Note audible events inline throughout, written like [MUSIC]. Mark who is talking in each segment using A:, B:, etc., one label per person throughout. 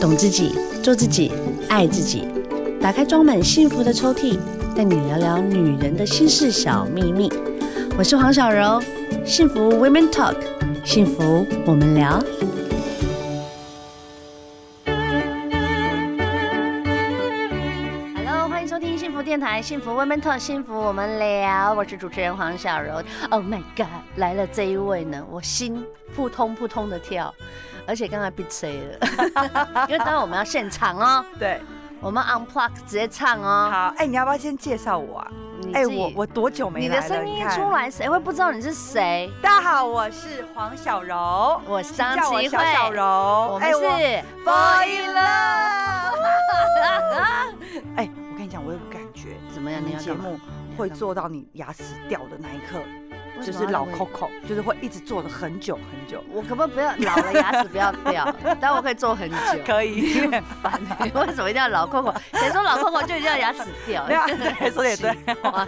A: 懂自己，做自己，爱自己。打开装满幸福的抽屉，带你聊聊女人的心事小秘密。我是黄小柔，幸福 Women Talk，幸福我们聊。Hello，欢迎收听幸福电台，幸福 Women Talk，幸福我们聊。我是主持人黄小柔。Oh my God，来了这一位呢，我心扑通扑通的跳，而且刚才被吹了，因为当然我们要现场
B: [LAUGHS]
A: 哦，
B: 对，
A: 我们 unplug 直接唱哦。
B: 好，哎、你要不要先介绍我啊？
A: 你
B: 哎、
A: 自己
B: 我我多久没
A: 你
B: 来
A: 的
B: 了？
A: 声音一
B: 看
A: 出，来，谁会不知道你是谁？
B: 大家好，我是黄小柔，
A: 我
B: 请
A: 张
B: 叫我
A: 琪
B: 小
A: 慧
B: 小柔
A: 我，们是
B: fall in love。哎、 [LAUGHS] 我跟你讲，我有个感觉，
A: 怎么
B: 我
A: 样？你
B: 们
A: 要
B: 节
A: 干嘛
B: 目会做到你牙齿掉的那一刻，
A: 为
B: 就
A: 什么哦
B: 是
A: 要
B: 老
A: 问
B: Coco，就是会一直做的很久很久。
A: 我可不可以不要老了牙齿不要
B: [LAUGHS]
A: 掉？但我可以做很久。
B: 可啊以，
A: [LAUGHS] 烦欸为什么一定要老扣扣？谁说老扣扣就一定要牙齿掉？
B: 没有 [LAUGHS] 对说得
A: [LAUGHS]
B: 也对
A: 奇
B: [LAUGHS]
A: 怪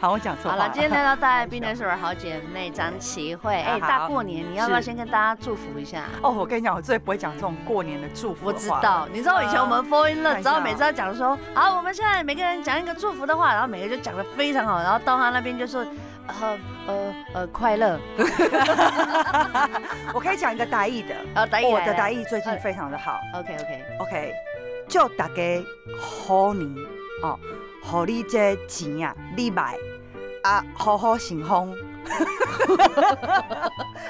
B: 好，我讲错
A: 好
B: 话
A: 了，今天来到大来宾的是我的好姐妹张琪慧。哎，
B: 好
A: 大过年你要不要
B: 是
A: 先跟大家祝福一下？
B: 哦，我跟你讲，我最不会讲这种过年的祝福
A: 我
B: 的
A: 知
B: 话
A: 道，你知道以前我
B: 啊
A: 们 fall in
B: 看
A: love，
B: 一
A: 知道
B: 下
A: 每次要讲说，好，我们现在每个人讲一个祝福的话，然后每个人就讲的非常好，然后到他那边就说，呃呃呃，快乐，
B: 我可以讲一个大意的，
A: 然后打一
B: 哦我的台语最近非常的好。
A: ，OK OK，
B: OK，祝大家好年哦，互你这钱啊，你买啊，好好行风。 [LAUGHS]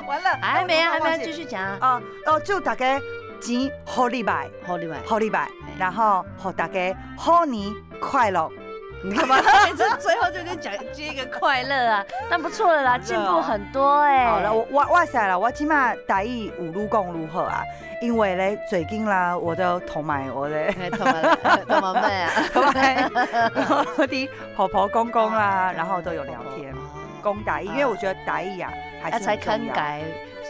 B: 完 [LAUGHS] 了，
A: 还没啊，还没啊
B: 忘记
A: 继续讲啊，
B: 啊哦，祝大家钱好你买，
A: 好，另外，
B: 好你买，然后祝大家好年快乐。
A: 你干 [LAUGHS] 嘛？每次最后就跟讲接一个快乐啊，但不错了
B: [LAUGHS]
A: 啦，进步很多哎。
B: 好了，哦我我我塞了，我起码台语有愈讲愈好啊，因为咧最近啦，我都同埋我的。
A: 哎，干嘛了？干嘛妹
B: [LAUGHS]
A: 啊？
B: 然后我的婆婆公公啦，
A: 啊
B: 然后都有聊天，
A: [LAUGHS]
B: 公打意，因为我觉得打意啊还
A: 啊，
B: 是
A: 才
B: 很
A: 肯
B: 重要。
A: 改，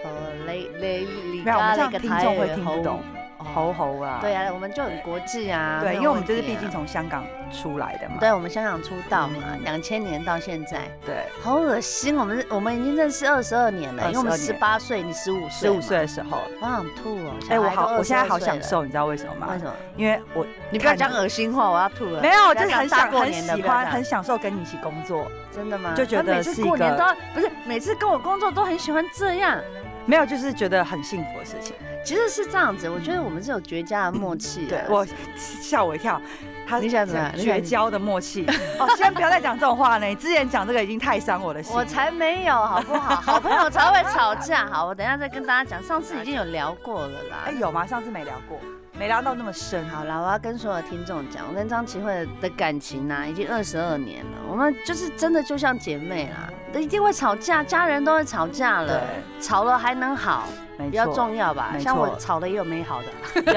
A: 说你你你
B: 没有，我们这样听众会听不懂，
A: 好
B: 吼吼啊。
A: 对啊，我们就很国际啊。
B: 对，
A: 没有
B: 因为我们就是
A: 问题
B: 毕
A: 啊
B: 竟从香港出来的嘛。
A: 对，我们香港出道嘛，两千年到现在，
B: 对，
A: 好恶心。我们我们已经认识二十二年了，因为我们
B: 22
A: 十
B: 年
A: 八岁，你十五岁，
B: 十五岁，的时候，
A: 我好想吐哦。
B: 哎，
A: 小
B: 我
A: 孩都
B: 好，我现在
A: 22
B: 好
A: 岁了
B: 享。受，你知道为什么吗
A: 为？什么？
B: 因为我
A: 你不要
B: 看
A: 讲恶心话，我要吐了。
B: 没有，
A: 不
B: 就
A: 要讲
B: 是很
A: 大
B: 想
A: 过
B: 很
A: 年的
B: 喜
A: 不要
B: 欢，
A: 讲
B: 很享受跟你一起工作。
A: 真的吗？
B: 就觉
A: 他
B: 得
A: 每次
B: 是一
A: 过年
B: 个
A: 都要不是每次跟我工作都很喜欢这样。
B: 没有，就是觉得很幸福的事情。
A: 其实是这样子，我觉得我们是有绝佳的默契啊。
B: 对我吓我一跳，他
A: 你想怎么样
B: 讲
A: 你想
B: 绝交的
A: [LAUGHS]
B: 默契？哦，先不要再讲这种话了，你之前讲这个已经太伤我的心。
A: 我才没有，好不好？好朋友才会吵架。好，我等一下再跟大家讲。上次已经有聊过了啦
B: [LAUGHS] 哎、。有吗？上次没聊过，没聊到那么深。
A: 好啦，我要跟所有听众讲，我跟张琪慧的感情呐、啊，已经二十二年了，我们就是真的就像姐妹啦，一定会吵架，家人都会吵架
B: 对
A: 了，，吵了还能好，
B: 没
A: 比较
B: 错。
A: 重要吧？
B: 没
A: 像我
B: 错
A: 吵了也有美好的，
B: [LAUGHS]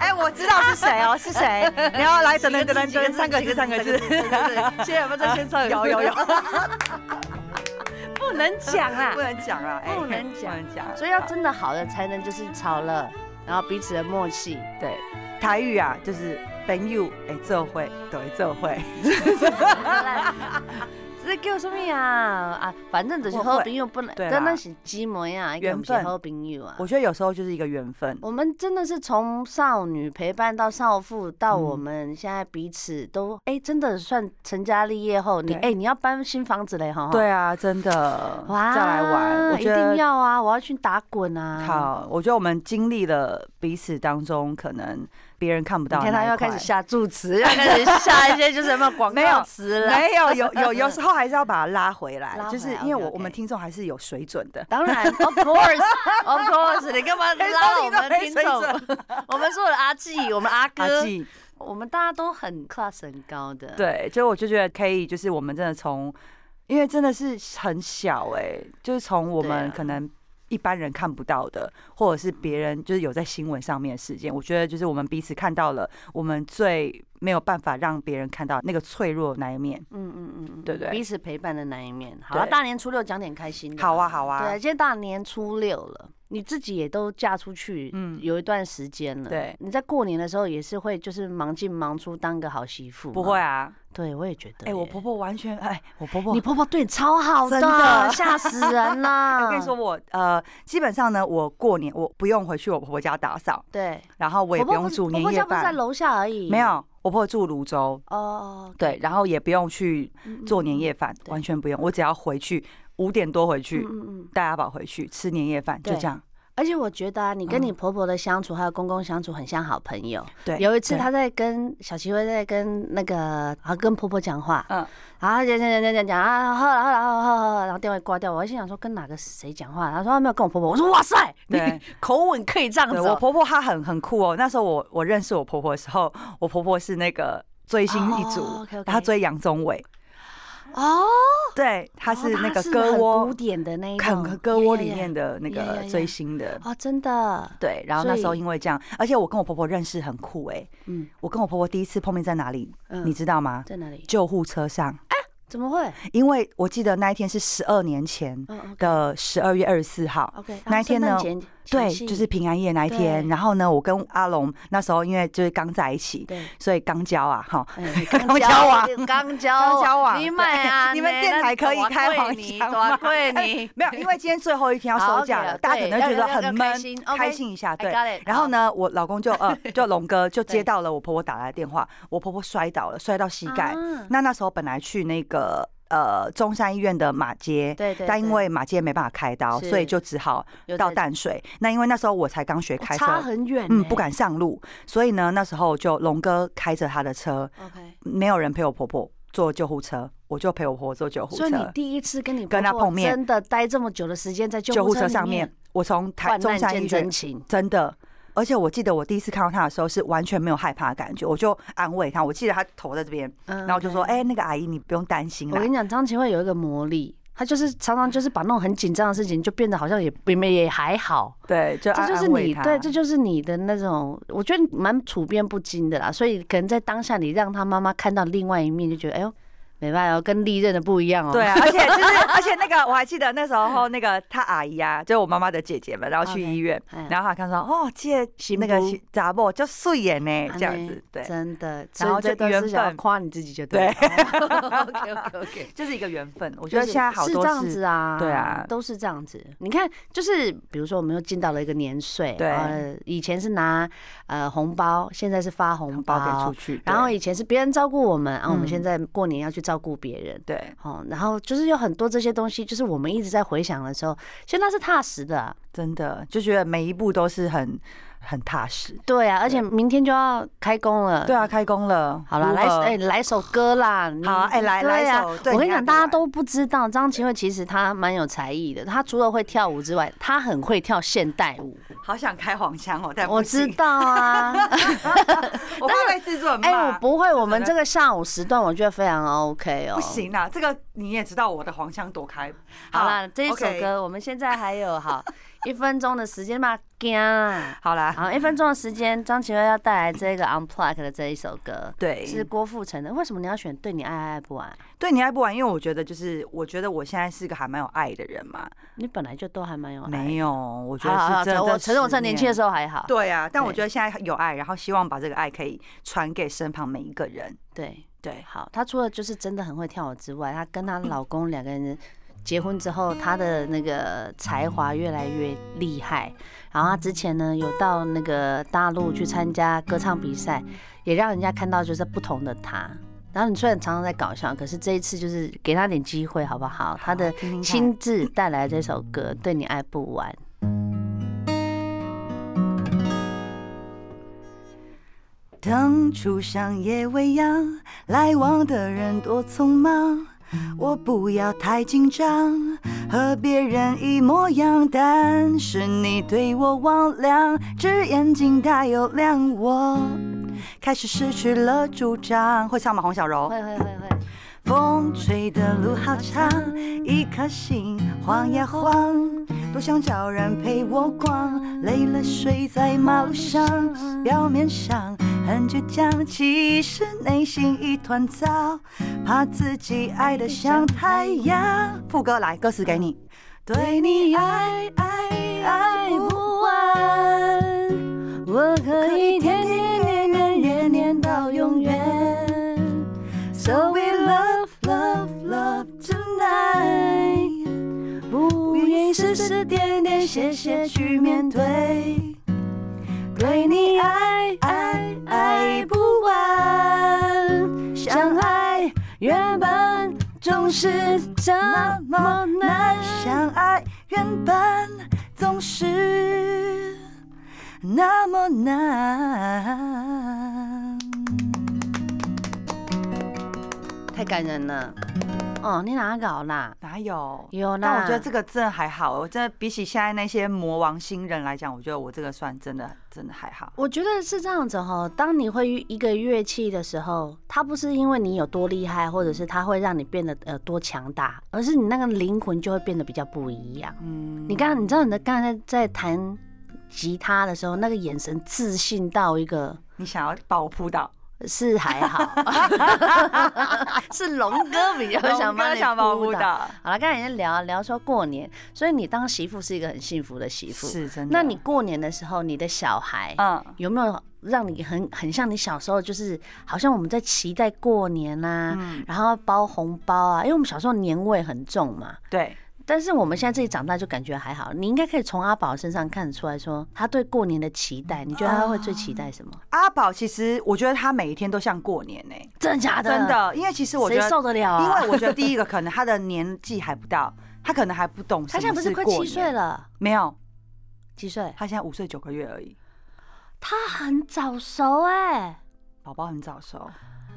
B: 哎、我知道是谁哦，是谁？你要来等等等等
A: [LAUGHS]
B: 等，三个字，三个字。
A: 现在有没有在线上？
B: 有有有，，
A: 不能讲啊
B: [LAUGHS] 不。能讲啊，哎
A: 不能讲
B: 不能讲。
A: 所以要
B: 好
A: 真的好了，才能就是吵了，然后彼此的默契。
B: 对台语啊，就是朋友哎，这会对这会，
A: [LAUGHS] 这叫什么呀？啊，反正就是
B: 我
A: 好
B: 会
A: 朋友不能，
B: 对啦
A: 跟那是姊妹啊，
B: 缘
A: 跟不是
B: 分
A: 好朋友啊。
B: 我觉得有时候就是一个缘分。
A: 我们真的是从少女陪伴到少妇，到
B: 嗯
A: 我们现在彼此都哎、真的算成家立业后，你
B: 对
A: 哎、你要搬新房子嘞哈。吼，
B: 对啊，真的。
A: 哇，
B: 再来玩，我
A: 一
B: 觉得
A: 定要啊！我要去打滚啊！，
B: 好，我觉得我们经历了彼此当中可能别人看不
A: 你
B: 到的
A: 看他
B: 那
A: 要
B: 一块，
A: 开始下助
B: [LAUGHS]
A: 词，要开始下一些就是什么广
B: 没有
A: 告词了。
B: [LAUGHS] 没有有有有时候还是要把它拉回来，
A: 拉回来
B: 就是因为我
A: OK，OK
B: 我们听众还是有水准的。哎
A: 当
B: [LAUGHS]
A: 然，of course，of course，你干嘛拉我们听众？ [LAUGHS] 啊我们说的阿纪，我们阿
B: 阿
A: 哥，
B: 纪，
A: 我们大家都很 class 很高的。，
B: [LAUGHS] 对，就我就觉得可以，就是我们真的从，因为真的是很小哎、就是从我
A: 对
B: 们
A: 啊
B: 可能一般人看不到的，或者是别
A: 嗯
B: 人就是有在新闻上面的事件，我觉得就是我们彼此看到了我们最没有办法让别人看到那个脆弱的那一面，
A: 嗯嗯嗯嗯，
B: 对不对
A: 彼此陪伴的那一面。好啊，
B: 对
A: 大年初六讲点开心的。
B: 好啊，好啊，
A: 对，今天大年初六了，你自己也都嫁出去，
B: 嗯
A: 有一段时间了。
B: 对
A: 你在过年的时候也是会就是忙进忙出，当个好媳妇。
B: 不会，啊，
A: 对我也觉得耶。
B: 哎，我婆婆完全，哎，我婆婆
A: 你婆婆对你超好
B: 真的
A: [LAUGHS] 吓死人啦！
B: [LAUGHS] 我跟你说，，我呃，基本上呢，我过年我不用回去我婆婆家打扫，
A: 对，
B: 然后我也
A: 婆
B: 不
A: 婆
B: 用
A: 是
B: 煮年
A: 婆婆
B: 夜
A: 家不是在
B: 饭，
A: 楼下而已，
B: 没有，我婆婆住泸州，
A: 哦，
B: 对，然后也不用去
A: 嗯
B: 做年，夜饭，
A: 对
B: 完全不用，我只要回去五点多回
A: 嗯
B: 去
A: 嗯，嗯嗯。
B: 带阿宝回去吃年夜饭，就
A: 对
B: 这样。
A: 而且我觉得啊，你跟
B: 嗯
A: 你婆婆的相处还有公公相处很像好朋友。
B: 对，
A: 有一次，
B: 对
A: 她在跟小齐薇在跟那个啊跟婆婆讲话，
B: 嗯
A: 然后讲讲讲讲讲啊，喝了喝了喝了喝了喝了，然后电话挂掉。我还心想说跟哪个谁讲话，她说她没有跟我婆婆。我说哇塞，你
B: 对
A: 口吻可以这样子
B: 对
A: 哦，
B: 我婆婆她很很酷哦。那时候我我认识我婆婆的时候，我婆婆是那个追星一族，
A: 哦，OK，OK
B: 她追杨宗纬，
A: 哦，
B: 对，她是
A: 哦
B: 那个
A: 她
B: 歌
A: 很
B: 窝
A: 古，典的哦那一
B: 看
A: 种
B: 歌窝里面
A: 的
B: 的那
A: 呀呀
B: 个
A: 呀
B: 追星的。
A: 哦，真的，
B: 对，然后那时候
A: 所以
B: 因为这样，而且我跟我婆婆认识很酷哎、
A: 嗯
B: 我跟我婆婆第一次碰面在哪里，
A: 嗯，
B: 你知道吗？
A: 在哪里？
B: 救护车上，
A: 怎么会？
B: 因为我记得那一天是十二年前
A: 嗯，OK
B: 的十二月二十四号，
A: OK，
B: 那一天呢对，就是平安夜那一天。
A: 对
B: 然后呢，我跟阿龙那时候因为就是刚在一起，
A: 对。
B: 所以刚交啊，哈。
A: 哎
B: [LAUGHS] 刚交往，
A: 刚
B: [LAUGHS] 刚
A: 交
B: 交往
A: 你买啊！
B: 对你们
A: 呢
B: 电台可以开黄腔吗
A: 多贵
B: [LAUGHS]
A: 你，
B: 没有，因为今天最后一天要收假
A: 好
B: 了，
A: ，OK，
B: 大家可能觉
A: 对
B: 得
A: 要要要
B: 很
A: 开
B: 闷
A: 心，
B: 开
A: OK，
B: 心一下，
A: I
B: 啊对。
A: got it，
B: 然后
A: 好？
B: 呢，我老公就呃，
A: [LAUGHS]
B: 就龙哥就
A: 对
B: 接到了我婆婆打来的电话，我婆婆摔倒了，摔到膝盖。
A: 啊
B: 那那时候本来去那个呃中山医院的马街，
A: 对对，
B: 但
A: 对
B: 因为马街没办法开刀，
A: 是
B: 所以就只好
A: 有
B: 到
A: 在
B: 淡水。那因为那时候我才刚学
A: 哦
B: 开
A: 差
B: 车，
A: 很远呢，
B: 嗯，不敢上路，所以呢，那时候就龙哥开着他的车，
A: OK。
B: 没有人陪我婆婆坐救护车，我就陪我婆婆坐救护
A: 所以你
B: 车。
A: 第一次跟你
B: 跟
A: 婆
B: 她
A: 婆
B: 碰面
A: 真的待这么久的时间在
B: 救
A: 救
B: 护
A: 护
B: 车
A: 车
B: 上
A: 里面
B: 面，，我从台
A: 患
B: 中
A: 难
B: 山医
A: 见
B: 院
A: 真情，
B: 真的，而且我记得我第一次看到她的时候是完全没有害怕的感觉，我就安慰她，我记得她头在这边，
A: 然
B: 然后我就说：“哎、那个阿姨你不用担心
A: 嗯我
B: 啦
A: 跟。你讲，张琪慧有一个魔力，她就是常常就是把那种很紧张的事情就变得好像也也没也还好，”
B: 对，就
A: 这
B: 安
A: 就是
B: 安慰
A: 你
B: 她。
A: 对，这就是你的那种，我觉得蛮处变不惊的啦。所以可能在当下，你让她妈妈看到另外一面，就觉得哎呦，没办法哦，跟历任的不一样哦。
B: 对啊，而且 [LAUGHS] 就是，而且那个我还记得那时候那个她阿姨啊，就是我妈妈的姐姐们，然后
A: OK，
B: 去医院
A: 哎呀
B: 然后她看说哦，姐
A: 新
B: 那个
A: 妇
B: 是查某就素颜啊呢，
A: 安
B: 这样
A: 内
B: 子，对，
A: 真的，
B: 然后
A: 所以这
B: 就
A: 段是
B: 缘
A: 想要
B: 分
A: 夸你自己就
B: 对 [LAUGHS]
A: [LAUGHS] OK OK OK。
B: 这哦是一个缘分。 [LAUGHS]
A: [LAUGHS]
B: 我
A: 我
B: 觉得现在好
A: 是
B: 多
A: 这样子啊，
B: 对啊
A: 都是这样子。你看，就是比如说，我们又进到了一个年岁，
B: 对
A: 呃以前是拿呃红包，现在是发红
B: 红
A: 包
B: 包给出去，
A: 然后
B: 对
A: 以前是别人照顾我们，啊，我们
B: 嗯
A: 现在过年要去照顾别人。
B: 对，
A: 哦，然后就是有很多这些东西，就是我们一直在回想的时候，其实那是踏实的啊、
B: 真的就觉得每一步都是很很踏实。
A: 对啊，而且明天就要开工了，
B: 对啊，开工了，
A: 好啦，
B: 如
A: 来
B: 何
A: 哎、来首歌啦！你
B: 好哎来
A: 对啊
B: 来首对
A: 我跟
B: 你
A: 你
B: 要
A: 讲，
B: 不
A: 大家
B: 然
A: 都不知道张琪慧其实她蛮有才艺的。她除了会跳舞之外，她很会跳现代舞。
B: 好想开黄腔哦，但
A: 我
B: 不
A: 知
B: 行，
A: 道啊，
B: [LAUGHS] 我会被制作人
A: 哎、
B: 骂
A: 我不会。我们
B: 真
A: 这
B: 的
A: 个下午时段，我觉得非常 OK 哦。
B: 不，行啦，这个你也知道我的黄腔躲开。
A: 好啦，这一首
B: OK，
A: 歌我们现在还有好一分钟的时间嘛，惊啊！
B: 好啦，
A: 好，一分钟的时间，张琪慧要带来这个 Unplugged 的这一首歌。
B: 对，
A: 是郭富城的，为什么你要选《对你爱爱爱不爱》？
B: 对你爱不完，因为我觉得就是，我觉得我现在是个还蛮有爱的人嘛。
A: 你本来就都还蛮哦有爱的。
B: 没有，我觉
A: 好好
B: 得
A: 好
B: 是真的。
A: 我陈永正年轻的
B: 时
A: 时候还好
B: 候，，对啊，但我
A: 对
B: 觉得现在有爱，然后希望把这个爱可以传给身旁每一个人。
A: 对，
B: 对，
A: 好，她除了就是真的很会跳舞之外，她跟她老公两个人结婚之后，她的那个才华越来越厉害。然后她之前呢有到那个大陆去参加歌唱比赛，也让人家看到就是不同的她。然后你虽然常常在搞笑，可是这一次就是给她点机会好不好？她的
B: 听听看
A: 亲自带来这首歌《对你爱不完》。
B: 当初商业未央，来往的人多匆忙，我不要太紧张，和别人一模样。但是你对我汪洋，只眼睛大又亮，我开始失去了主张。会唱吗？黄小柔。
A: 会会会会，
B: 风吹的路好长，一颗心晃呀晃，多想找人陪我逛，累了睡在马路上，表面上很倔强，其实内心一团糟，怕自己爱得像太阳。副歌来，歌词给你，对你爱爱爱不完，我可以天天年年年年到永远。So we love love love tonight，不愿意时时点点谢谢去面对，对你爱爱爱不完，相爱原本总是这么难，相爱原本总是那么难。
A: 太感人了。哦，你哪搞啦？
B: 哪有？
A: 有
B: 但
A: 啦，
B: 我觉得这个真的还好，我真的比起现在那些魔王新人来讲，我觉得我这个算真的真的还好。
A: 我觉得是这样子哈、当你会一个乐器的时候，它不是因为你有多厉害，或者是它会让你变得呃多强大，而是你那个灵魂就会变得比较不一样。
B: 嗯，
A: 你刚，你知道你的刚才在弹吉他的时候，那个眼神自信到一个
B: 你想要把我扑倒，
A: 是还好， [LAUGHS] 是龙哥比较想把
B: 我
A: 你
B: 想把我
A: 扑
B: 扑
A: 倒。
B: 倒，
A: 好了，刚才已经聊聊说过年，所以你当媳妇是一个很幸福的媳妇。
B: 是真的。
A: 那你过年的时候，你的小孩，
B: 嗯
A: 有没有让你很很像你小时候，就是好像我们在期待过年啊，
B: 嗯，
A: 然后包红包啊，因为我们小时候年味很重嘛。
B: 对，
A: 但是我们现在自己长大就感觉还好，你应该可以从阿宝身上看得出来说他对过年的期待。你觉得他会最期待什么？
B: 阿宝其实我觉得他每一天都像过年呢、
A: 真的假的？
B: 真，的，因为其实我觉
A: 谁
B: 得，
A: 受得了
B: 因
A: 啊？
B: 为我觉得第一个可能他的年纪还不到，他可能还不懂什
A: 他
B: 么
A: 现在不是快
B: 过
A: 七岁
B: 年，
A: 了，
B: 没有，
A: 几岁？
B: 他现在五岁九个月而已，
A: 他很早熟哎、
B: 宝宝很早熟，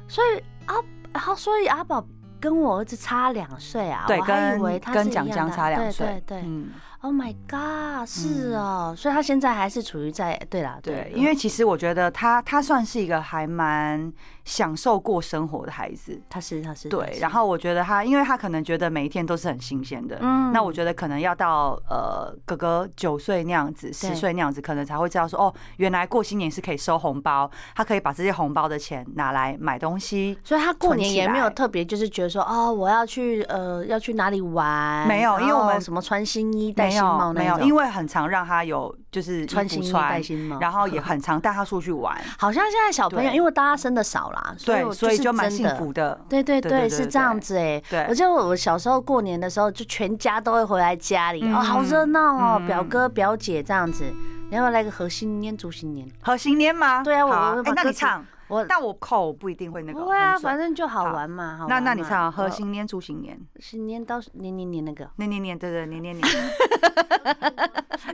A: 所以阿然后所以阿宝跟我儿子差两岁啊，
B: 对，
A: 我还以为
B: 跟
A: 他
B: 跟
A: 是一样
B: 蒋
A: 的啊
B: 江差两岁，
A: 对对对。
B: 嗯。
A: Oh my god！是哦，所以他现在还是处于在对啦，
B: 对，因为其实我觉得他他算是一个还蛮享受过生活的孩子。
A: 他是他是
B: 对，然后我觉得他，因为他可能觉得每一天都是很新鲜的。
A: 嗯
B: 那我觉得可能要到呃哥哥九岁那样子，
A: 对
B: 十岁那样子，可能才会知道说哦，原来过新年是可以收红包，他可以把这些红包的钱拿来买东西。
A: 所以他过年
B: 存起
A: 也
B: 来
A: 没有特别就是觉得说哦，我要去呃要去哪里玩，
B: 没有因为我们
A: 然后什么穿新衣戴
B: 没
A: 新帽
B: 有
A: 那
B: 没
A: 种，
B: 有，因为很常让他有就是衣服
A: 穿新衣戴
B: 穿，
A: 新帽，[LAUGHS]
B: 然后也很常带他出去玩，
A: 好像现在小朋友
B: 对
A: 因为大家生的少啦，所以
B: 对，
A: 我
B: 所以
A: 是
B: 就蛮
A: 真
B: 幸
A: 的
B: 福的。
A: 对对
B: 对对
A: 对，
B: 对
A: 是
B: 对
A: 这样子哎、
B: 对
A: 我记得我小时候过年的时候，就全家都会回来家里，哦，好热闹哦，
B: 嗯
A: 表哥表姐这样子。你要不要来个和新年祝新年？
B: 和新年吗？
A: 对啊我
B: 好
A: 我把
B: 哎，那
A: 歌
B: 你
A: 词
B: 唱，
A: 我
B: 但我口不一定会那个。
A: 不会啊，
B: 很准
A: 反正就好玩嘛。好
B: 那
A: 玩
B: 那你
A: 嘛
B: 唱啊
A: 我
B: 贺新年祝新年，
A: 新年到年年年那个，
B: 年年年，对对年
A: [LAUGHS]
B: 年年。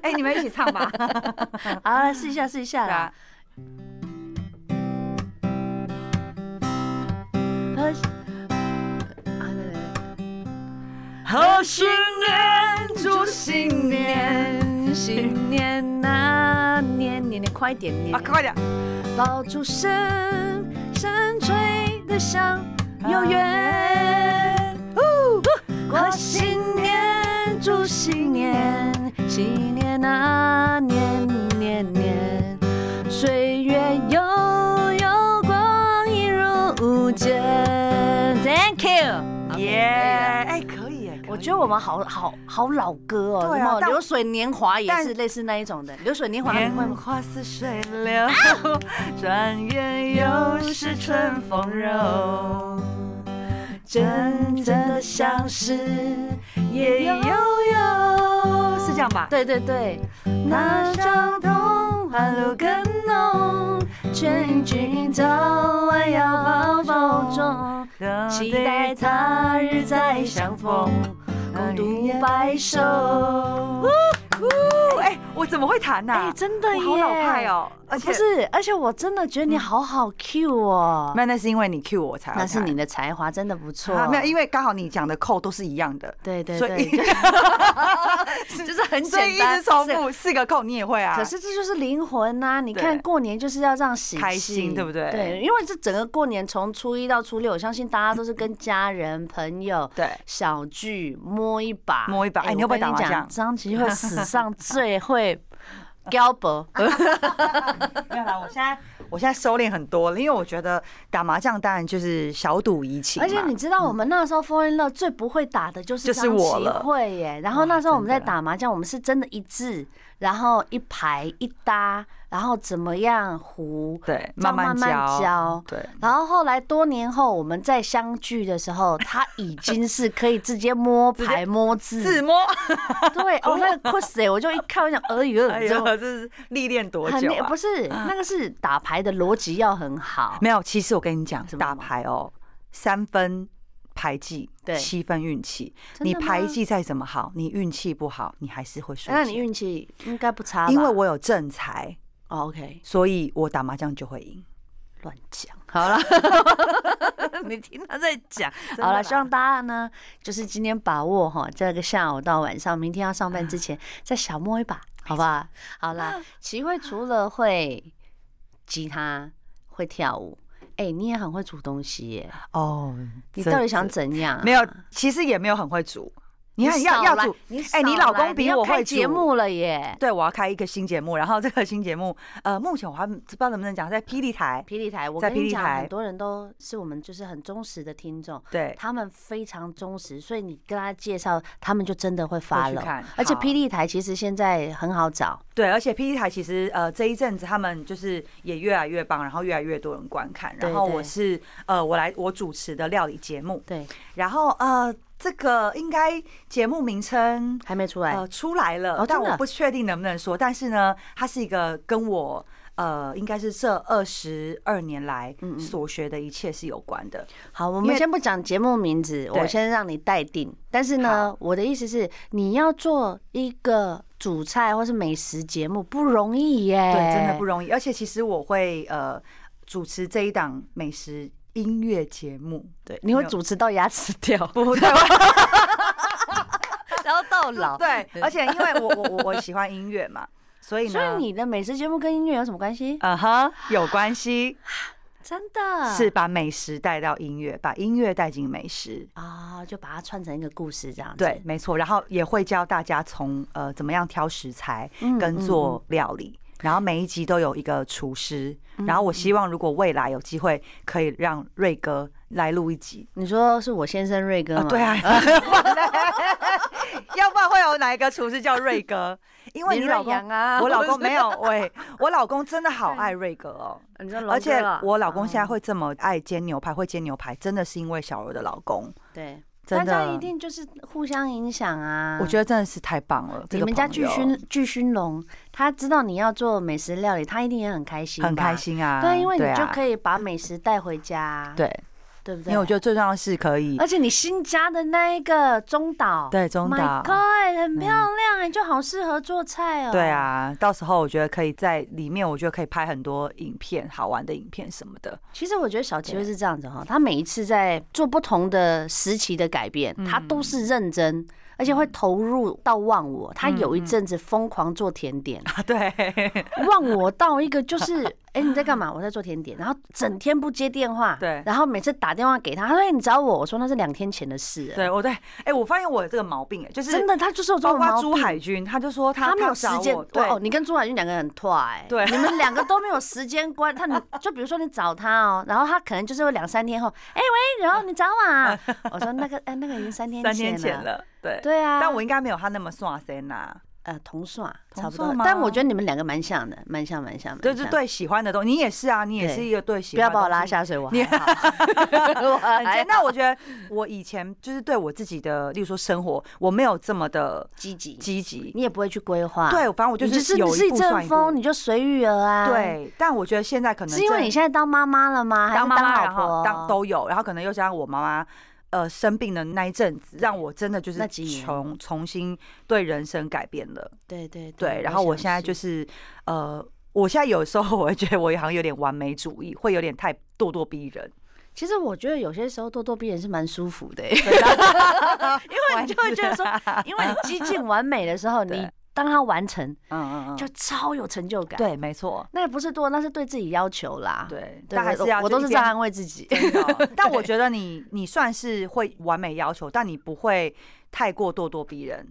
B: 哎，你们一起唱吧。嗯
A: 好来试一下试一下
B: 对
A: 啦
B: 啊。，
A: 和啊对对对
B: 贺新年祝新年，新
A: 新年啊，年年年快点年
B: 啊，快点！
A: 爆竹声，声吹得像又
B: 啊
A: 远。
B: 哦
A: 呜过新年，祝新年，新年啊，年年年，岁月悠悠，光阴如箭。Thank you。
B: 耶，哎，可以哎。
A: 啊我觉得我们好好好老歌哦，
B: 对啊
A: 什么
B: 但
A: 流水年华也
B: 但
A: 是类似那一种的，流水年华你
B: 年
A: 会吗？
B: 花似水流，转眼又是春风
A: [LAUGHS]
B: 柔。
A: 真正的相识也有。
B: 悠，是这样吧？
A: 对对对，
B: 那
A: 那
B: 伤痛
A: 欢
B: 欢
A: 乐
B: 乐
A: 更
B: 更
A: 浓
B: 浓，
A: 全
B: 全
A: 军
B: 军
A: 早
B: 早
A: 晚
B: 晚
A: 要
B: 要
A: 保
B: 保
A: 重
B: 重，
A: 期
B: 期
A: 待
B: 待
A: 他
B: 他
A: 日
B: 日
A: 再
B: 再
A: 相
B: 相
A: 逢
B: 逢，
A: 共
B: 共
A: 度
B: 度
A: 白
B: 白
A: 首
B: 首。哎，我怎么会弹呢
A: 哎，真的
B: 我
A: 耶，
B: 好老派哦！嗯而且
A: 不是，而且我真的觉得你好好 Q 哦，
B: 那那是因为你 cue 我才要
A: 那是
B: 弹
A: 你的才华，真的不错
B: 啊，。没有，因为刚好你讲的扣都是一样的，
A: 对对
B: 所以 [LAUGHS]
A: 对，就就是很
B: 所以
A: 简
B: [LAUGHS] 一
A: 单
B: 直。重
A: 是
B: 复四个扣你也会啊。
A: 可是这就是灵魂呐、你
B: 对
A: 看过年就是要这样喜气
B: 开心对不对
A: 对，因为这整个过年从初一到初六，我相信大家都是跟家人、朋友。
B: 对，
A: 小聚摸一把，
B: 摸一把哎你
A: 我
B: 会不会
A: 跟
B: 打麻
A: 讲
B: 将
A: 张琪会史上最会 [LAUGHS] 胶薄，
B: 没有啦，我现在我现在收敛很多了，因为我觉得打麻将当然就是小赌怡情嘛，嗯
A: 而且你知道我们那时候 fall in love 最不会打的就是
B: 就是我了
A: 会耶。然后那时候我们在打麻将，我们是真的一致，然后一排一搭，然后怎么样胡，
B: 对
A: 这样
B: 慢慢
A: 慢慢教。
B: 对，
A: 然后后来多年后我们再相聚的时候，他已经是可以直接
B: [LAUGHS]
A: 摸牌摸
B: 自
A: 字，
B: 摸，
A: 对，哦，那个 c o 我就一看我就想， [LAUGHS] 哎呦，
B: 哎
A: 这
B: 呦，这是历练多
A: 很
B: 久
A: 厉
B: 啊
A: 不？是那个是打牌的逻辑要很好，
B: 没有，其实我跟你讲，
A: 什么
B: 打牌哦，三分牌技，
A: 对
B: 七分运气。
A: 真
B: 你
A: 的吗
B: 牌技再怎么好，你运气不好，你还是会输钱。
A: 那你运气应该不差吧，
B: 因为我有正财，
A: 哦 OK
B: 所以我打麻将就会赢。
A: 乱讲，好
B: [LAUGHS]
A: 了，你听他在 [LAUGHS] 讲，啊好了，希望大家呢，就是今天把握哈，这个下午到晚上，明天要上班之前再小摸一把，好吧？好啦，
B: 啊
A: 齐慧除了会吉他，会跳舞。哎、你也很会煮东西耶！
B: 哦，
A: 你
B: 这
A: 到底想怎样、
B: 没有？其实也没有很会煮。你看，要
A: 少
B: 要
A: 来
B: 煮，
A: 你
B: 哎你
A: 少
B: 老
A: 来
B: 公比
A: 要
B: 我
A: 开
B: 会
A: 节
B: 煮
A: 目了耶！
B: 对，我要开一个新节目，然后这个新节目， [LAUGHS] 呃，目前我还不知道能不能讲，在霹雳台。
A: 霹雳台，我
B: 在
A: 跟你
B: 霹雳
A: 讲，
B: 台
A: 很多人都是我们就是很忠实的听众，
B: 对，
A: 他们非常忠实，所以你跟他介绍，他们就真的会发
B: 去
A: 了
B: 看。
A: 而且
B: 好
A: 霹雳台其实现在很好找，
B: 对，而且 P D 台其实呃这一阵子他们就是也越来越棒，然后越来越多人观看。
A: 对
B: 然后
A: 对
B: 我是呃我来我主持的料理节目，
A: 对，
B: 然后呃这个应该节目名称
A: 还没出来。
B: 呃出来了
A: 哦，
B: 但
A: 真的
B: 我不确定能不能说。但是呢，它是一个跟我。呃，应该是这二十二年来
A: 嗯嗯
B: 所学的一切是有关的。
A: 好，我
B: 因
A: 们
B: 为
A: 先不讲节目名字，我
B: 对
A: 先让你待定。但是呢，我的意思是，你要做一个主菜或是美食节目不容易耶，
B: 对，真的不容易。而且其实我会呃主持这一档美食音乐节目，对
A: 你会主持到牙齿
B: [LAUGHS]
A: 掉， [LAUGHS]
B: 不 [LAUGHS] 对？
A: 然后到老。
B: 对，而且因为我我我我喜欢音乐嘛，所以呢，
A: 所以你的美食节目跟音乐有什么关系？
B: 嗯哼有关
A: [LAUGHS]
B: 系，
A: 真的
B: 是把美食带到音乐，把音乐带进美食。
A: 啊，就把它串成一个故事这样子。
B: 对，没错，然后也会教大家从呃怎么样挑食材
A: 嗯，嗯
B: 跟做料理，然后每一集都有一个厨师，然后我希望如果未来有机会，可以让瑞哥来录一集，
A: 你说是我先生瑞哥
B: 啊
A: 吗？
B: 对
A: [LAUGHS]
B: 啊，不然嘞要不然会有哪一个厨师叫
A: [LAUGHS]
B: 瑞哥？因为
A: 林
B: 你
A: 瑞
B: 老公
A: 阳啊
B: [LAUGHS] 我老公
A: [LAUGHS]
B: 没有，喂，我老公真的好爱瑞哥哦。
A: 你说龙
B: 而且
A: 哥啊
B: 我老公现在
A: 哦
B: 会这么爱煎牛排，会煎牛排，真的是因为小柔的老公，
A: 对，大
B: 真
A: 家一
B: 的，
A: 定就是互相影响啊。
B: 我觉得真的是太棒了。这
A: 你
B: 个
A: 们家
B: 朋
A: 巨
B: 友
A: 勋巨勋龙，他知道你要做美食料理，他一定也很开心，
B: 很开。心啊，
A: 对，因为你就
B: 啊
A: 可以把美食带回家，
B: 对，
A: 对不对？哎
B: 因为我觉得最重要的是可以
A: 而且你新家的那一个中岛，
B: 对中
A: m y
B: 岛，嗯
A: God，很漂亮哎，就好适合做菜哦。
B: 对，啊，到时候我觉得可以在里面，我觉得可以拍很多影片，好玩的影片什么的。 [LAUGHS]
A: 其实我觉得小齐会是这样子哈，他每一次在做不同的时期的改变，
B: 嗯
A: 他都是认真，而且会投入到忘我。他
B: 嗯
A: 有一阵子疯狂做甜点，
B: 啊，对，
A: 忘我到一个就是，哎、你在干嘛？我在做甜点，然后整天不接电话，
B: 对
A: 然后每次打电话给他，他说、哎你找我，我说那是两天前的事了，
B: 对我对，哎、我发现我有这个毛病、哎，就是
A: 真的，他就是有这
B: 包
A: 种毛
B: 括
A: 病。
B: 朱海军，他就说他
A: 他没有时
B: 找
A: 间
B: 我，对，
A: 哦，你跟朱海军两个人很拖哎、
B: 对
A: 你们两个都没有时间观，他你就比如说你找他
B: [LAUGHS]
A: 哦，然后他可能就是会两三天后，哎、喂，然后你找我、
B: [LAUGHS]
A: 啊，我说那个哎、那个已经三天
B: 三
A: 前
B: 天
A: 了，
B: 前了，对。
A: 对啊，
B: 但我应该没有他那么耍身呐，
A: 呃同算
B: 同
A: 差不多
B: 算吗，
A: 但我觉得你们两个蛮像的，蛮像蛮像，蛮
B: 就是
A: 像，
B: 对喜欢的东西，你也是啊，你也
A: 对
B: 是一个对喜
A: 不
B: 欢
A: 要
B: 的
A: 把我拉
B: 东西
A: 下水，我
B: 你
A: 还好， [LAUGHS] 我
B: 很
A: 还
B: 简单。我觉得我以前就是对我自己的，例如说生活，我没有这么的
A: 积极，
B: 积极。
A: 你也不会去规划。
B: 对，反正我
A: 我
B: 就
A: 你就是
B: 是有一
A: 一
B: 步算
A: 阵
B: 一
A: 风，
B: 步。
A: 你就随遇而安。，
B: 对，但我觉得现在可能
A: 是因为
B: 正
A: 你现在当妈妈了啊吗？还是
B: 当妈妈，
A: 老
B: 然后
A: 婆
B: 当都有，然后可能又加上我妈妈。呃，生病的那一阵子，让我真的就是
A: 那几年
B: 重重新对人生改变了。
A: 对对
B: 对，然后我现在就是是，呃，我现在有时候我会觉得我好像有点完美主义，会有点太咄咄逼人， [LAUGHS]
A: 其实我觉得有些时候咄咄逼人是蛮舒服的、
B: [LAUGHS]
A: [LAUGHS] 因为你就会觉得说，因为你接近完美的时候，
B: 对
A: 你当它完成
B: 嗯嗯嗯，
A: 就超有成就感。，
B: 对，没错，
A: 那也不是多，那是对自己要求啦。
B: 对，
A: 对，
B: 但还
A: 我
B: 是要
A: 我
B: 就
A: 都
B: 一
A: 是在
B: 边
A: 安慰自
B: [LAUGHS]
A: 己。
B: 真的
A: [LAUGHS]
B: 哦但我觉得你你算是会完美要求，但你不会太过咄咄逼人。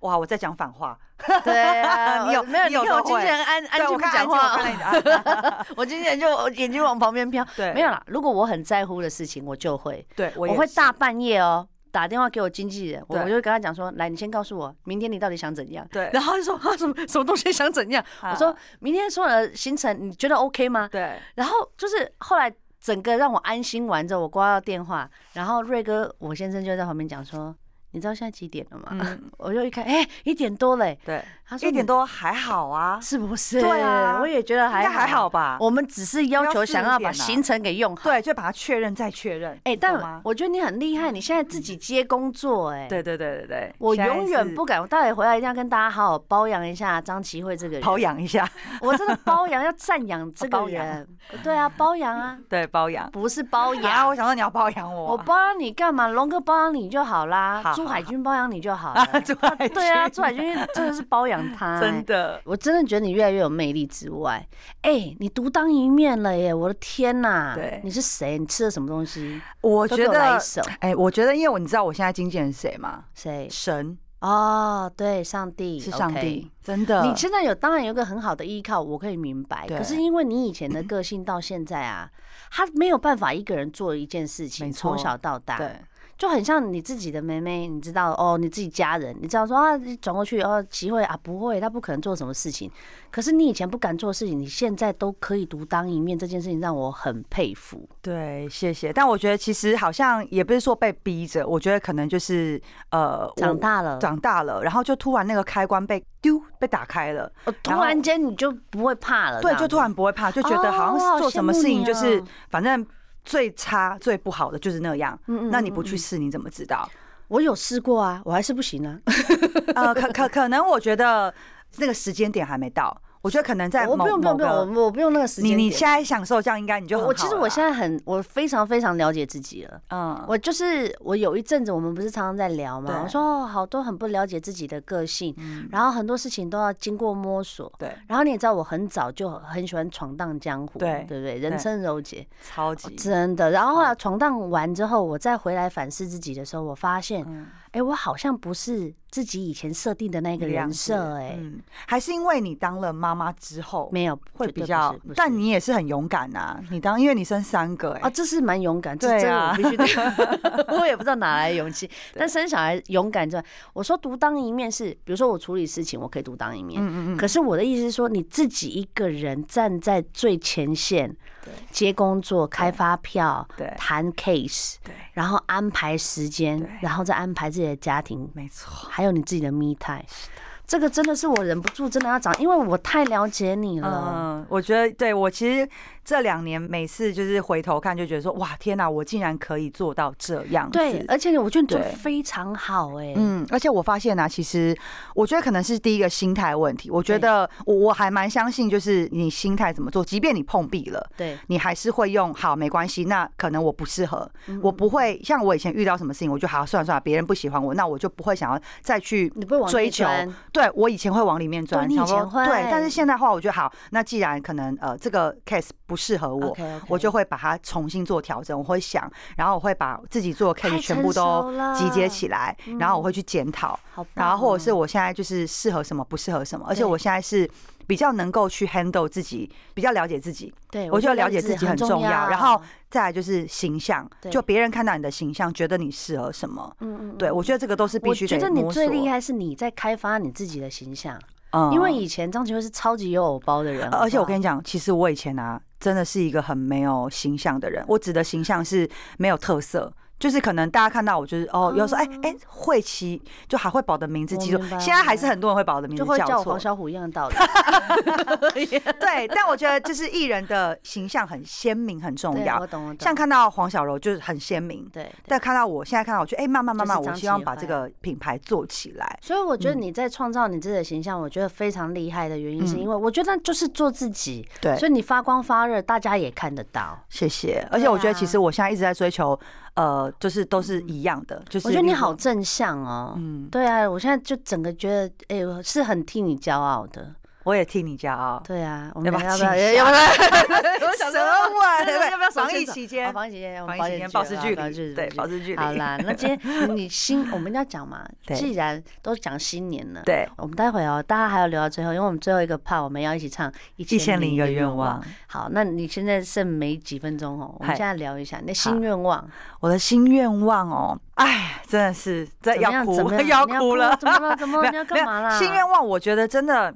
B: 哇，我在讲反话，，
A: 对啊
B: 你有
A: 我没有？
B: 你有
A: 你看我
B: 时候
A: 经纪人安
B: [LAUGHS]
A: 安静
B: 对我
A: 不
B: 看
A: 讲
B: 安啊
A: 话，
B: 静我看到你的
A: [LAUGHS] 我经纪人就我眼睛往旁边飘。
B: 啊对，
A: 没有啦，如果我很在乎的事情，我就会，
B: 对，我
A: 我
B: 也
A: 会
B: 是
A: 大半夜哦打电话给我经纪人，我
B: 对
A: 我就会跟他讲说，来，你先告诉我，明天你到底想怎样？
B: 对，
A: 然后他就说啊，什么什么东西想怎样？
B: 啊
A: 我说明天所有的行程你觉得 OK 吗？
B: 对，
A: 然后就是后来整个让我安心完之后，我挂掉电话，然后瑞哥我先生就在旁边讲说，你知道现在几点了吗？
B: 嗯，
A: 我就一看，哎、一点多嘞。
B: 对，
A: 他说
B: 一点
A: 你
B: 多还好啊，
A: 是不是？
B: 对啊
A: 我也觉得
B: 应
A: 还
B: 该还好。吧？
A: 我们只是要求想要
B: 不要
A: 把
B: 四五点啊
A: 行程给用好。
B: 对，就把它确认再确认。
A: 哎、
B: 你懂啊
A: 但
B: 吗？
A: 我觉得你很厉害，你现在自己接工作、
B: [LAUGHS]
A: 哎，
B: 对对对对对，
A: 我
B: 现在
A: 永远
B: 是
A: 不敢，我待会回来一定要跟大家好好包养一下张琪慧这个人。
B: 包养一下，
A: 我真的包养要赞扬这个
B: 包养
A: 人，对啊，包养啊，
B: 对，包养。
A: 不是包
B: 啊，
A: 养。
B: 我想说你要包养我，啊 [LAUGHS]
A: 我包养你干嘛？龙哥包养你就好啦，
B: 好
A: 朱
B: 好
A: 海军包养你就
B: [LAUGHS]
A: 好了。
B: 啊，哎朱海
A: 对啊，
B: 军
A: 朱海军真的是包养
B: [LAUGHS]
A: 他、欸
B: 真。的，
A: 我真的觉得你越来越有魅力之外，哎、你独当一面了耶！我的天呐、
B: 对
A: 你是谁？你吃了什么东西？
B: 我
A: 都
B: 觉
A: 给我来一
B: 得，
A: 首
B: 哎，我觉得，因为我你知道我现在经纪人是谁吗？
A: 谁？
B: 神
A: 哦，对，上帝
B: 是上
A: OK
B: 帝，真的。
A: 你现在有当然有一个很好的依靠，我可以明白。
B: 嗯对
A: 可是因为你以前的个性到现在
B: [LAUGHS]
A: 啊，他没有办法一个人做一件事情，
B: 没错
A: 从小到大，
B: 对
A: 就很像你自己的妹妹，你知道哦，你自己家人，你知道说啊，转过去哦，齐慧啊，不会，她不可能做什么事情。可是你以前不敢做的事情，你现在都可以独当一面，这件事情让我很佩服。
B: 对，谢谢。但我觉得其实好像也不是说被逼着，我觉得可能就是呃，我
A: 长大了，
B: 长大了，然后就突然那个开关被丢被打开了，
A: 哦突
B: 呃然后
A: 然间你就不会怕了，
B: 对，
A: 呃这样
B: 就
A: 子
B: 突然不会怕，就觉
A: 哦
B: 得好像
A: 好
B: 是做
A: 羡
B: 什么
A: 慕
B: 事情
A: 你
B: 就是
A: 哦
B: 反正最差最不好的就是那样。
A: 嗯嗯
B: 那你
A: 嗯
B: 不去
A: 嗯
B: 试，你怎么知道？
A: 我有试过啊，我还是不行啊。
B: 呃，可可可能我觉得那个时间点还没到，我觉得可能
A: [LAUGHS]
B: 在
A: 我
B: 某
A: 哦不用不
B: 某
A: 用不用，
B: 个
A: 我我不用那个时间
B: 你
A: 点。
B: 你现在享受这样，应该你就很
A: 我
B: 好
A: 我其实
B: 了
A: 我
B: 啦
A: 现在很，我非常非常了解自己了。
B: 嗯，
A: 我就是我有一阵子，我们不是常常在聊嘛，
B: 对
A: 我说哦，好多很不了解自己的个性，
B: 嗯
A: 然后很多事情都要经过摸索。
B: 对
A: 然后你也知道，我很早就很喜欢闯荡江湖，
B: 对嗯
A: 对不对？人
B: 对
A: 称柔姐，
B: 超级
A: 真的。然后后来闯荡完之后，我再回来反思自己的时候，我发现，
B: 嗯
A: 哎，我好像不是自己以前设定的那个
B: 这样
A: 人
B: 子
A: 设，哎，
B: 嗯，还是因为你当了妈妈之后
A: 没有，
B: 会
A: 绝对
B: 比
A: 不
B: 较
A: 是不，
B: 但
A: 是
B: 你也是很勇敢呐，你当因为你生三个
A: 啊，
B: 哎，
A: 这是蛮勇敢，这
B: 对
A: 真的
B: 啊
A: 我必须
B: [LAUGHS]
A: 得，我也不知道哪来的勇气。但生小孩勇敢之外，我说独当一面是，比如说我处理事情，我可以独当一面。
B: 嗯嗯嗯，
A: 可是我的意思是说，你自己一个人站在最前线
B: 对，
A: 接工作、开发票、
B: 对
A: 谈 case，
B: 对，
A: 然后安排时间
B: 对，
A: 然后再安排自己的家庭，
B: 没错，
A: 还有你自己的 me time。这个真的是我忍不住真的要讲，因为我太了解你了。
B: 嗯，我觉得对我其实这两年每次就是回头看，就觉得说哇天哪，我竟然可以做到这样子，
A: 对，而且我觉得你做得
B: 嗯对
A: 非常好哎、
B: 嗯，而且我发现呢、其实我觉得可能是第一个心态问题。我觉得我我还蛮相信，就是你心态怎么做，即便你碰壁了，
A: 对，
B: 你还是会用好没关系，那可能我不适合，
A: 嗯
B: 我不会像我以前遇到什么事情，我就好算了算了，别人不喜欢我，那我就不会想要再去。
A: 你不会往内
B: 追求
A: 钻
B: 对我以前会往里面钻，
A: 对你以
B: 想说
A: 前会
B: 对，但是现在的话，我觉得好，那既然可能呃这个 case 不适合我
A: OK，OK
B: 我就会把它重新做调整，我会想，然后我会把自己做的
A: 太
B: case 全
A: 成
B: 部
A: 熟
B: 都
A: 了嗯
B: 集结起来，然后我会去检讨。
A: 好棒哦、
B: 然后或者是我现在就是适合什么，不适合什么，而且
A: 对
B: 我现在是比较能够去 handle 自己，比较了解自己，
A: 对，
B: 我
A: 觉
B: 就
A: 得
B: 了解
A: 认知
B: 自己很
A: 重
B: 重要。然后再来就是形象，就别人看到你的形象，觉得你适合什么。
A: 嗯嗯，
B: 对，我觉得这个都是必
A: 我
B: 须
A: 觉
B: 得
A: 得你
B: 摸索
A: 最。厉害是你在开发你自己的形象，
B: 嗯呃
A: 因为以啊前张琪慧是超级有偶包的人，
B: 而且我跟
A: 你
B: 你讲，其实我以前啊，真的是一个很没有形象的人。我指的形象是没有特色，就是可能大家看到我就是哦，有时候哎哎会骑，就还会把我的名字
A: 我
B: 记住
A: 明。白
B: 现在还是很多人会把我的名字
A: 就会叫
B: 叫
A: 我
B: 错
A: 黄。
B: [LAUGHS]
A: 小虎一样的道理，
B: 对，但我觉得就是艺人的形象很鲜明很重
A: 对
B: 要
A: 我。懂我懂，
B: 像看到黄小柔就是很鲜明，
A: 对。对
B: 但看到我现在看到我，觉得哎，慢慢慢慢，
A: 就是
B: 我
A: 张
B: 希望
A: 琪
B: 把
A: 慧
B: 这个品牌做起来。
A: 所以我觉得
B: 嗯
A: 你在创造你自己的形象，我觉得非常厉害的原因，是
B: 嗯
A: 因为我觉得就是做自己，
B: 对
A: 所以你发光发热，大家也看得到。
B: 谢谢。而且我觉得其实
A: 对
B: 我现在一直在追求，呃，就是都是一样的，就是
A: 我觉得
B: 例
A: 你
B: 如
A: 好，正向哦，
B: 嗯，
A: 对啊，我现在就整个觉得，哎、我是很替你骄傲的。
B: 我也替你骄傲。
A: 对啊，我
B: 要
A: 们
B: 不要
A: 要不要
B: 亲一下
A: [LAUGHS] 要不
B: [LAUGHS]
A: 要？
B: 我想说 [LAUGHS]
A: 晚
B: 要不要防疫
A: 疫
B: 期间
A: 哦防疫期间，我们
B: 防疫期间保持距
A: 保
B: 离，对，保持距离。
A: 好啦，那今天你新我们要讲嘛，
B: 对
A: 既然都讲新年了，
B: [LAUGHS] 对，
A: 我们待会哦，大家还要留到最后，因为我们最后一个 part 我们要一起唱一
B: 一千零一个愿望。。
A: 好，那你现在剩没几分钟哦，我们
B: 嗨
A: 现在聊一下你的
B: 好
A: 新愿
B: [LAUGHS]
A: 望，
B: 我的新愿望哦，哎，真的是这
A: 怎么
B: 要
A: 样？
B: 哭
A: 怎么样？
B: [LAUGHS] 要
A: 你
B: 哭了，
A: 怎么了？怎么哦
B: [LAUGHS]
A: 了？你要干嘛啦？
B: 新愿望，我觉得真的，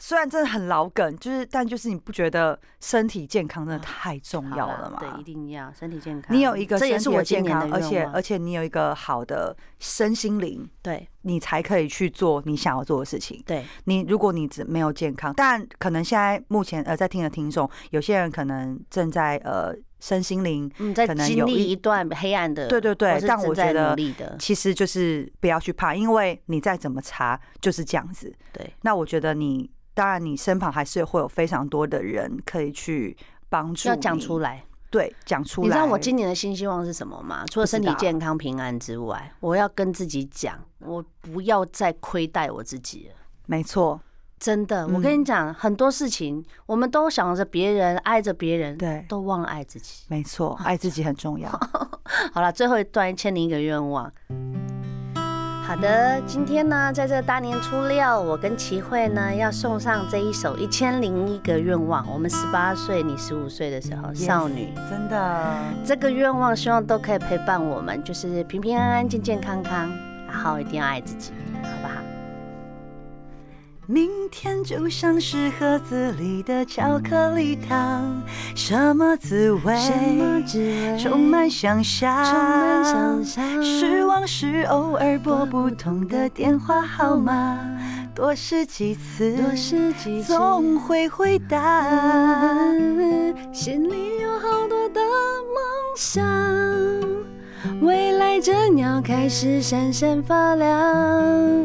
B: 虽然真的很老梗，就是但就是你不觉得身体健康真的太重要
A: 好啦
B: 了吗？
A: 对，一定要身体健康。
B: 你有一个
A: 这也
B: 身
A: 是
B: 体
A: 我
B: 的
A: 今
B: 健
A: 年的
B: 康，而且
A: 愿望
B: 而且你有一个好的身心灵，
A: 对
B: 你才可以去做你想要做的事情。
A: 对
B: 你如果你只没有健康，但可能现在目前呃在听的听众，有些人可能正在呃身心灵，
A: 嗯，在
B: 可能
A: 经
B: 有
A: 历
B: 一
A: 一段黑暗的，
B: 对对对
A: 或是
B: 但我
A: 正在
B: 觉得
A: 努力的，
B: 其实就是不要去怕，因为你再怎么查就是这样子。
A: 对
B: 那我觉得你当然你身旁还是会有非常多的人可以去帮助，
A: 要讲出，来。
B: 对，讲出来。
A: 你知道我今年的新希望是什么吗？除了身体
B: 不知道
A: 健康平安之外，我要跟自己讲，我不要再亏待我自己了。
B: 没错，
A: 真的，我
B: 嗯
A: 跟你讲，很多事情我们都想着别人，爱着别人，
B: 对
A: 都忘了爱自己。
B: 没错，
A: 啊
B: 爱自己很重要。
A: 好了，最后一段一千零一个愿望。好的，今天呢，在这大年初六，我跟齐慧呢要送上这一首《一千零一个愿望》。我们十八岁，你十五岁的时候，[LAUGHS]
B: Yes
A: 少女，
B: 真的，
A: 这个愿望希望都可以陪伴我们，就是平平安安、健健康康，然后一定要爱自己，好不好？
B: 明天就像是盒子里的巧克力糖，什么滋味？
A: 滋味
B: 充满想象，
A: 充满想象，
B: 失望是偶尔拨不同的电话号码，多试几次，
A: 多试几次，
B: 总会回答。
A: 心里有好多的梦想，未来这鸟开始闪闪发亮。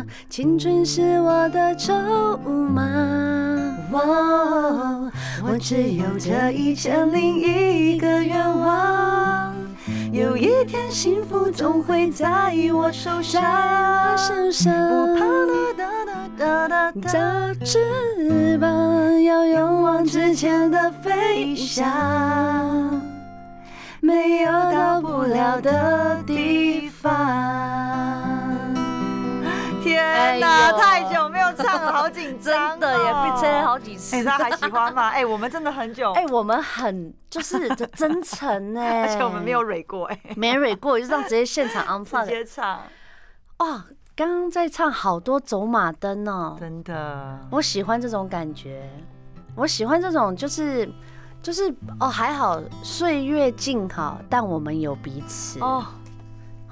A: 青春是我的筹码。
B: 哦，我只有这一千零一个愿望，有一天幸福总会在我手上。
A: 手上
B: 不怕哒哒哒哒哒哒，
A: 的翅膀，要勇往直
B: 之
A: 前
B: 前的飞
A: 飞
B: 翔，
A: 翔，没有
B: 到
A: 到
B: 不
A: 不
B: 了
A: 了
B: 的
A: 的
B: 地
A: 地方。
B: 方。天
A: 哎
B: 哪，
A: 呦
B: 太久没有唱了，好紧张哦，
A: 几次
B: 哎，大家还喜
A: [LAUGHS]
B: 欢吗？哎，我们真的很久，
A: 哎、我们很就是真真诚哎、
B: [LAUGHS] 而且我
A: [LAUGHS]
B: 们没有蕊过，哎，
A: 没蕊过，就这样直接现场 on
B: 直
A: fire
B: 接唱，
A: 哦，刚刚在唱好多走马灯哦，
B: 真的。
A: 我喜欢这种感觉，我喜欢这种就是就是哦还好岁月静好，但我们有彼此哦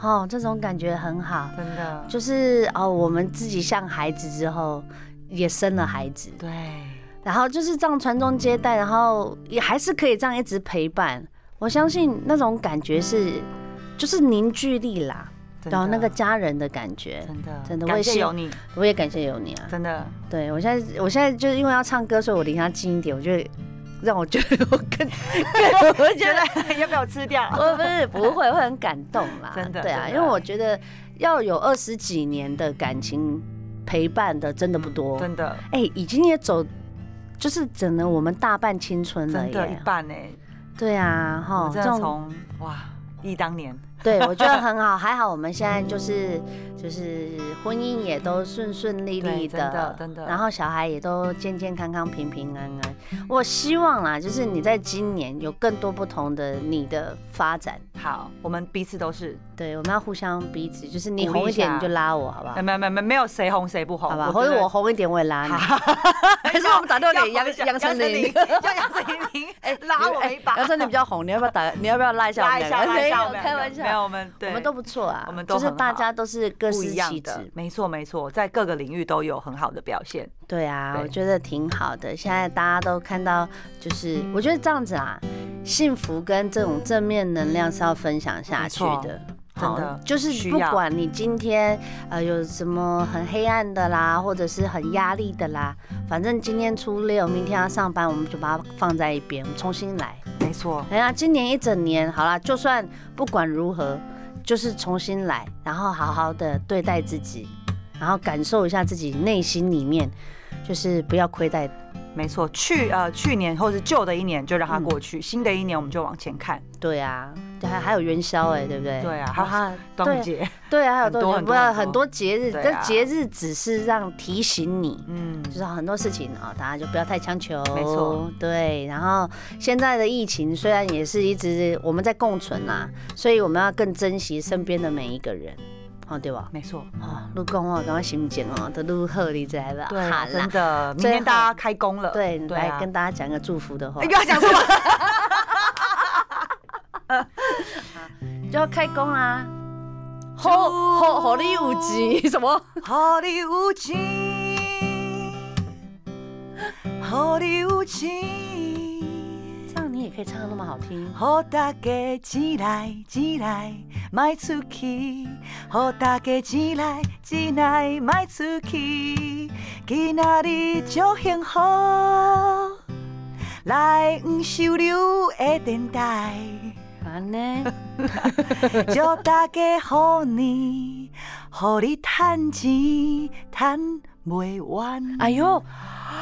B: 哦，
A: 这种感觉很好，
B: 真的，
A: 就是哦我们自己像孩子之后也生了孩子，
B: 对，
A: 然后就是这样传宗接代，然后也还是可以这样一直陪伴。我相信那种感觉是，就是凝聚力啦，啊
B: 真的
A: 然后那个家人的感觉。
B: 真的
A: 真的我也
B: 感谢
A: 希
B: 有你，
A: 我也感谢有你 [LAUGHS] 啊！
B: 真的
A: 对我现在，我现在就是因为要唱歌，所以我离他近一点，我就让我觉得我更， [LAUGHS] 更我觉
B: 觉
A: 得
B: 得要不要
A: [LAUGHS]
B: 吃掉？
A: 我不是不会会很感动啦。
B: [LAUGHS] 真的
A: 对啊，
B: 真
A: 因
B: 的
A: 为我觉得要有二十几年的感情陪伴的真的不多。
B: 真的
A: 哎、已经也走，就是整了我们大半青春了
B: 真的，一
A: 耶。
B: 半呢，
A: 对啊，哈
B: 我，真的从哇忆当年，
A: 对我觉得很好，还好我们现在就是就是婚姻也都顺顺利利
B: 对真的真的
A: 然后小孩也都健健康康、平平安安。我希望啦，就是你在今年有更多不同的你的发展。
B: 好，我们彼此都是，
A: 对，我们要互相彼此，就是你
B: 鼓励
A: 红一
B: 一下
A: 点你就拉我，好不好
B: 哎？没没没没有谁红谁不红，
A: 好吧，
B: 我
A: 或
B: 觉
A: 者
B: 得
A: 我红一点，我也拉你。还
B: 还
A: 是我们打电话给
B: 要
A: 杨
B: 红一下
A: 杨丞琳
B: 杨，叫杨丞琳拉我一把
A: 哎。杨丞琳比较红，你要不要打？你要不要拉一下我
B: 拉
A: 们
B: 一
A: 两
B: 下，
A: 个？
B: 拉一下，我们
A: 开玩笑，
B: 没
A: 啦
C: 没有我们
A: 我
C: 对，
A: 们都不错啊，
C: 我们都
A: 就是
C: 很
A: 大
C: 好
A: 家都是各
C: 不
A: 司
C: 一样
A: 其
C: 的
A: 职，，
C: 没错没错，在各个领域都有很好的表现。
A: 对啊，
C: 对
A: 我觉得挺好的。现在大家都看到，就是我觉得这样子啊，幸福跟这种正面能量是要分享下去
C: 没错
A: 的。
C: 真的
A: 就是
C: 需
A: 不
C: 要
A: 管你今天呃有什么很黑暗的啦，或者是很压力的啦，反正今天初六，明天要上班，我们就把它放在一边，我们重新来。
C: 没错，
A: 哎呀，今年一整年，好啦，就算不管如何，就是重新来，然后好好的对待自己，然后感受一下自己内心里面，就是不要亏待。
C: 没错。去呃去年或是旧的一年就让
A: 嗯
C: 它过去，新的一年我们就往前看。
A: 对啊，对还还有元宵哎、对不对？
C: 对啊还有
A: 啊，
C: 端午节，
A: 对啊，还有
C: 很多
A: 端午节
C: 很
A: 不
C: 多
A: 要
C: 很多
A: 很多节日，
C: 对
A: 这
C: 啊
A: 节日只是让提醒你。
C: 嗯，
A: 就是很多事情啊、大家就不要太强求。
C: 没错，
A: 对。然后现在的疫情虽然也是一直我们在共存啦、所以我们要更珍惜身边的每一个人，哦，对吧？
C: 没错，
A: 哦，你讲哦，感觉心情哦都愈好，你知吧？
C: 对啊，
A: 好
C: 真
A: 啦，
C: 的，明
A: 最
C: 天
A: 后
C: 大家开工了，
A: 对，
C: 啊
A: 来跟大家讲个祝福的话
C: 你，跟我讲什么？
A: 就要开工啦、啊，
C: 祝
A: 好好好，你有钱什么？
C: [LAUGHS] 好礼无情，
B: 好你有钱，
A: 这样你也可以唱的那么好听，
B: 好大家钱来钱来，卖出去，好大家钱来钱来，卖出去，今仔日足幸福，来黄秀流的电台，
A: 完呢？
B: 祝大家好年，好你趁钱趁袂完。
A: 哎呦，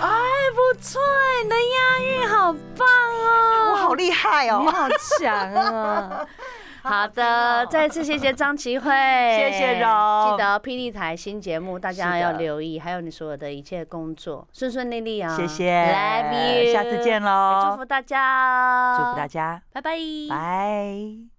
A: 哎，不错哎，你的押韵好棒哦！
C: 我好厉害
A: 你
C: 哦！
A: 好
C: [LAUGHS]
A: 强啊！好
C: 好
A: 的，
C: 听哦
A: 再次谢谢张琪慧，
C: 谢谢柔
A: 记得哦霹雳台新节目，大家
C: 是
A: 要
C: 的
A: 留意，还有你所有的一切工作顺顺利利啊！
C: 谢谢
A: ，Love you，哎
C: 下次见
A: 也
C: 喽
A: 祝福大家，
C: 祝福大，家，
A: 拜拜，
C: 拜。